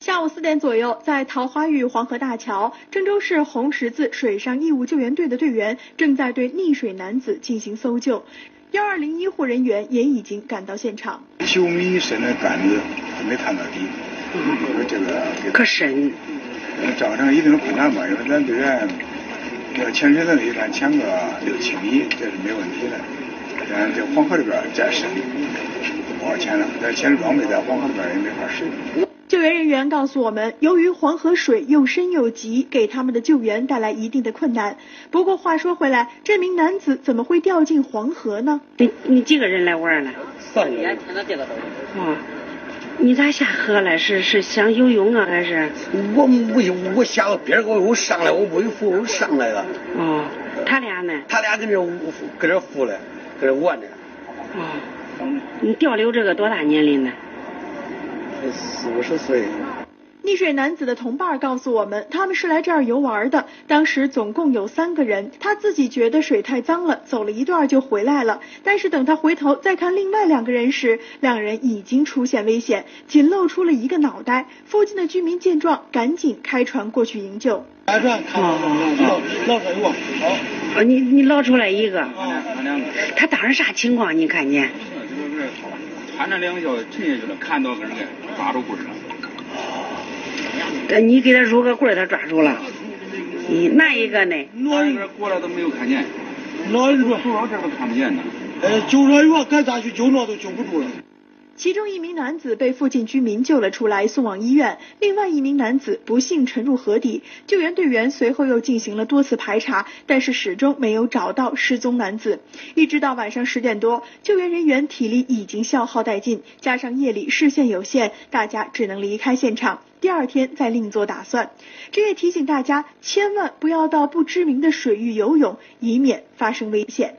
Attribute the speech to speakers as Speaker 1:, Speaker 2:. Speaker 1: 下午四点左右，在桃花峪黄河大桥，郑州市红十字水上义务救援队的队员正在对溺水男子进行搜救，幺二零医护人员也已经赶到现场。
Speaker 2: 救命医生的杆子没探到底，说这个给
Speaker 3: 可深，
Speaker 2: 呃造成一定的困难吧，因为咱队员要潜水能力，咱潜个六七米，这是没问题的。咱在黄河里边儿再深，不好潜了，咱潜水装备在黄河里边儿也没法使。
Speaker 1: 救援人员告诉我们，由于黄河水又深又急，给他们的救援带来一定的困难。不过话说回来，这名男子怎么会掉进黄河呢？
Speaker 3: 你你几个人来玩了？
Speaker 4: 上年天到这个都是，
Speaker 3: 哦，你咋下河了？是是想游泳啊，还是？
Speaker 4: 我我我下到边儿我我上来，我没扶，我上来了。
Speaker 3: 哦，他俩呢？
Speaker 4: 他俩跟这跟这扶嘞，跟这玩呢，
Speaker 3: 哦，你调流这个多大年龄呢？
Speaker 4: 哎四五十岁。
Speaker 1: 溺水男子的同伴告诉我们，他们是来这儿游玩的。当时总共有三个人，他自己觉得水太脏了，走了一段就回来了。但是等他回头再看另外两个人时，两人已经出现危险，仅露出了一个脑袋。附近的居民见状，赶紧开船过去营救。
Speaker 5: 来船看到哎老老哎水过，好，
Speaker 3: 哦，你你捞出来一个，
Speaker 5: 啊，两个，
Speaker 3: 他当时啥情况？你看见？
Speaker 6: 就是穿着两脚沉下去了，看到个人抓住棍儿了。
Speaker 3: 呃你给他拄个棍儿，他抓住了。你那一个呢？
Speaker 5: 老
Speaker 6: 那边过来都没有看见，
Speaker 5: 老人说，
Speaker 6: 后边这都看不见呢。
Speaker 5: 呃，救这员该咋去救那都救不住了。
Speaker 1: 其中一名男子被附近居民救了出来，送往医院；另外一名男子不幸沉入河底。救援队员随后又进行了多次排查，但是始终没有找到失踪男子。一直到晚上十点多，救援人员体力已经消耗殆尽，加上夜里视线有限，大家只能离开现场。第二天再另做打算。这也提醒大家，千万不要到不知名的水域游泳，以免发生危险。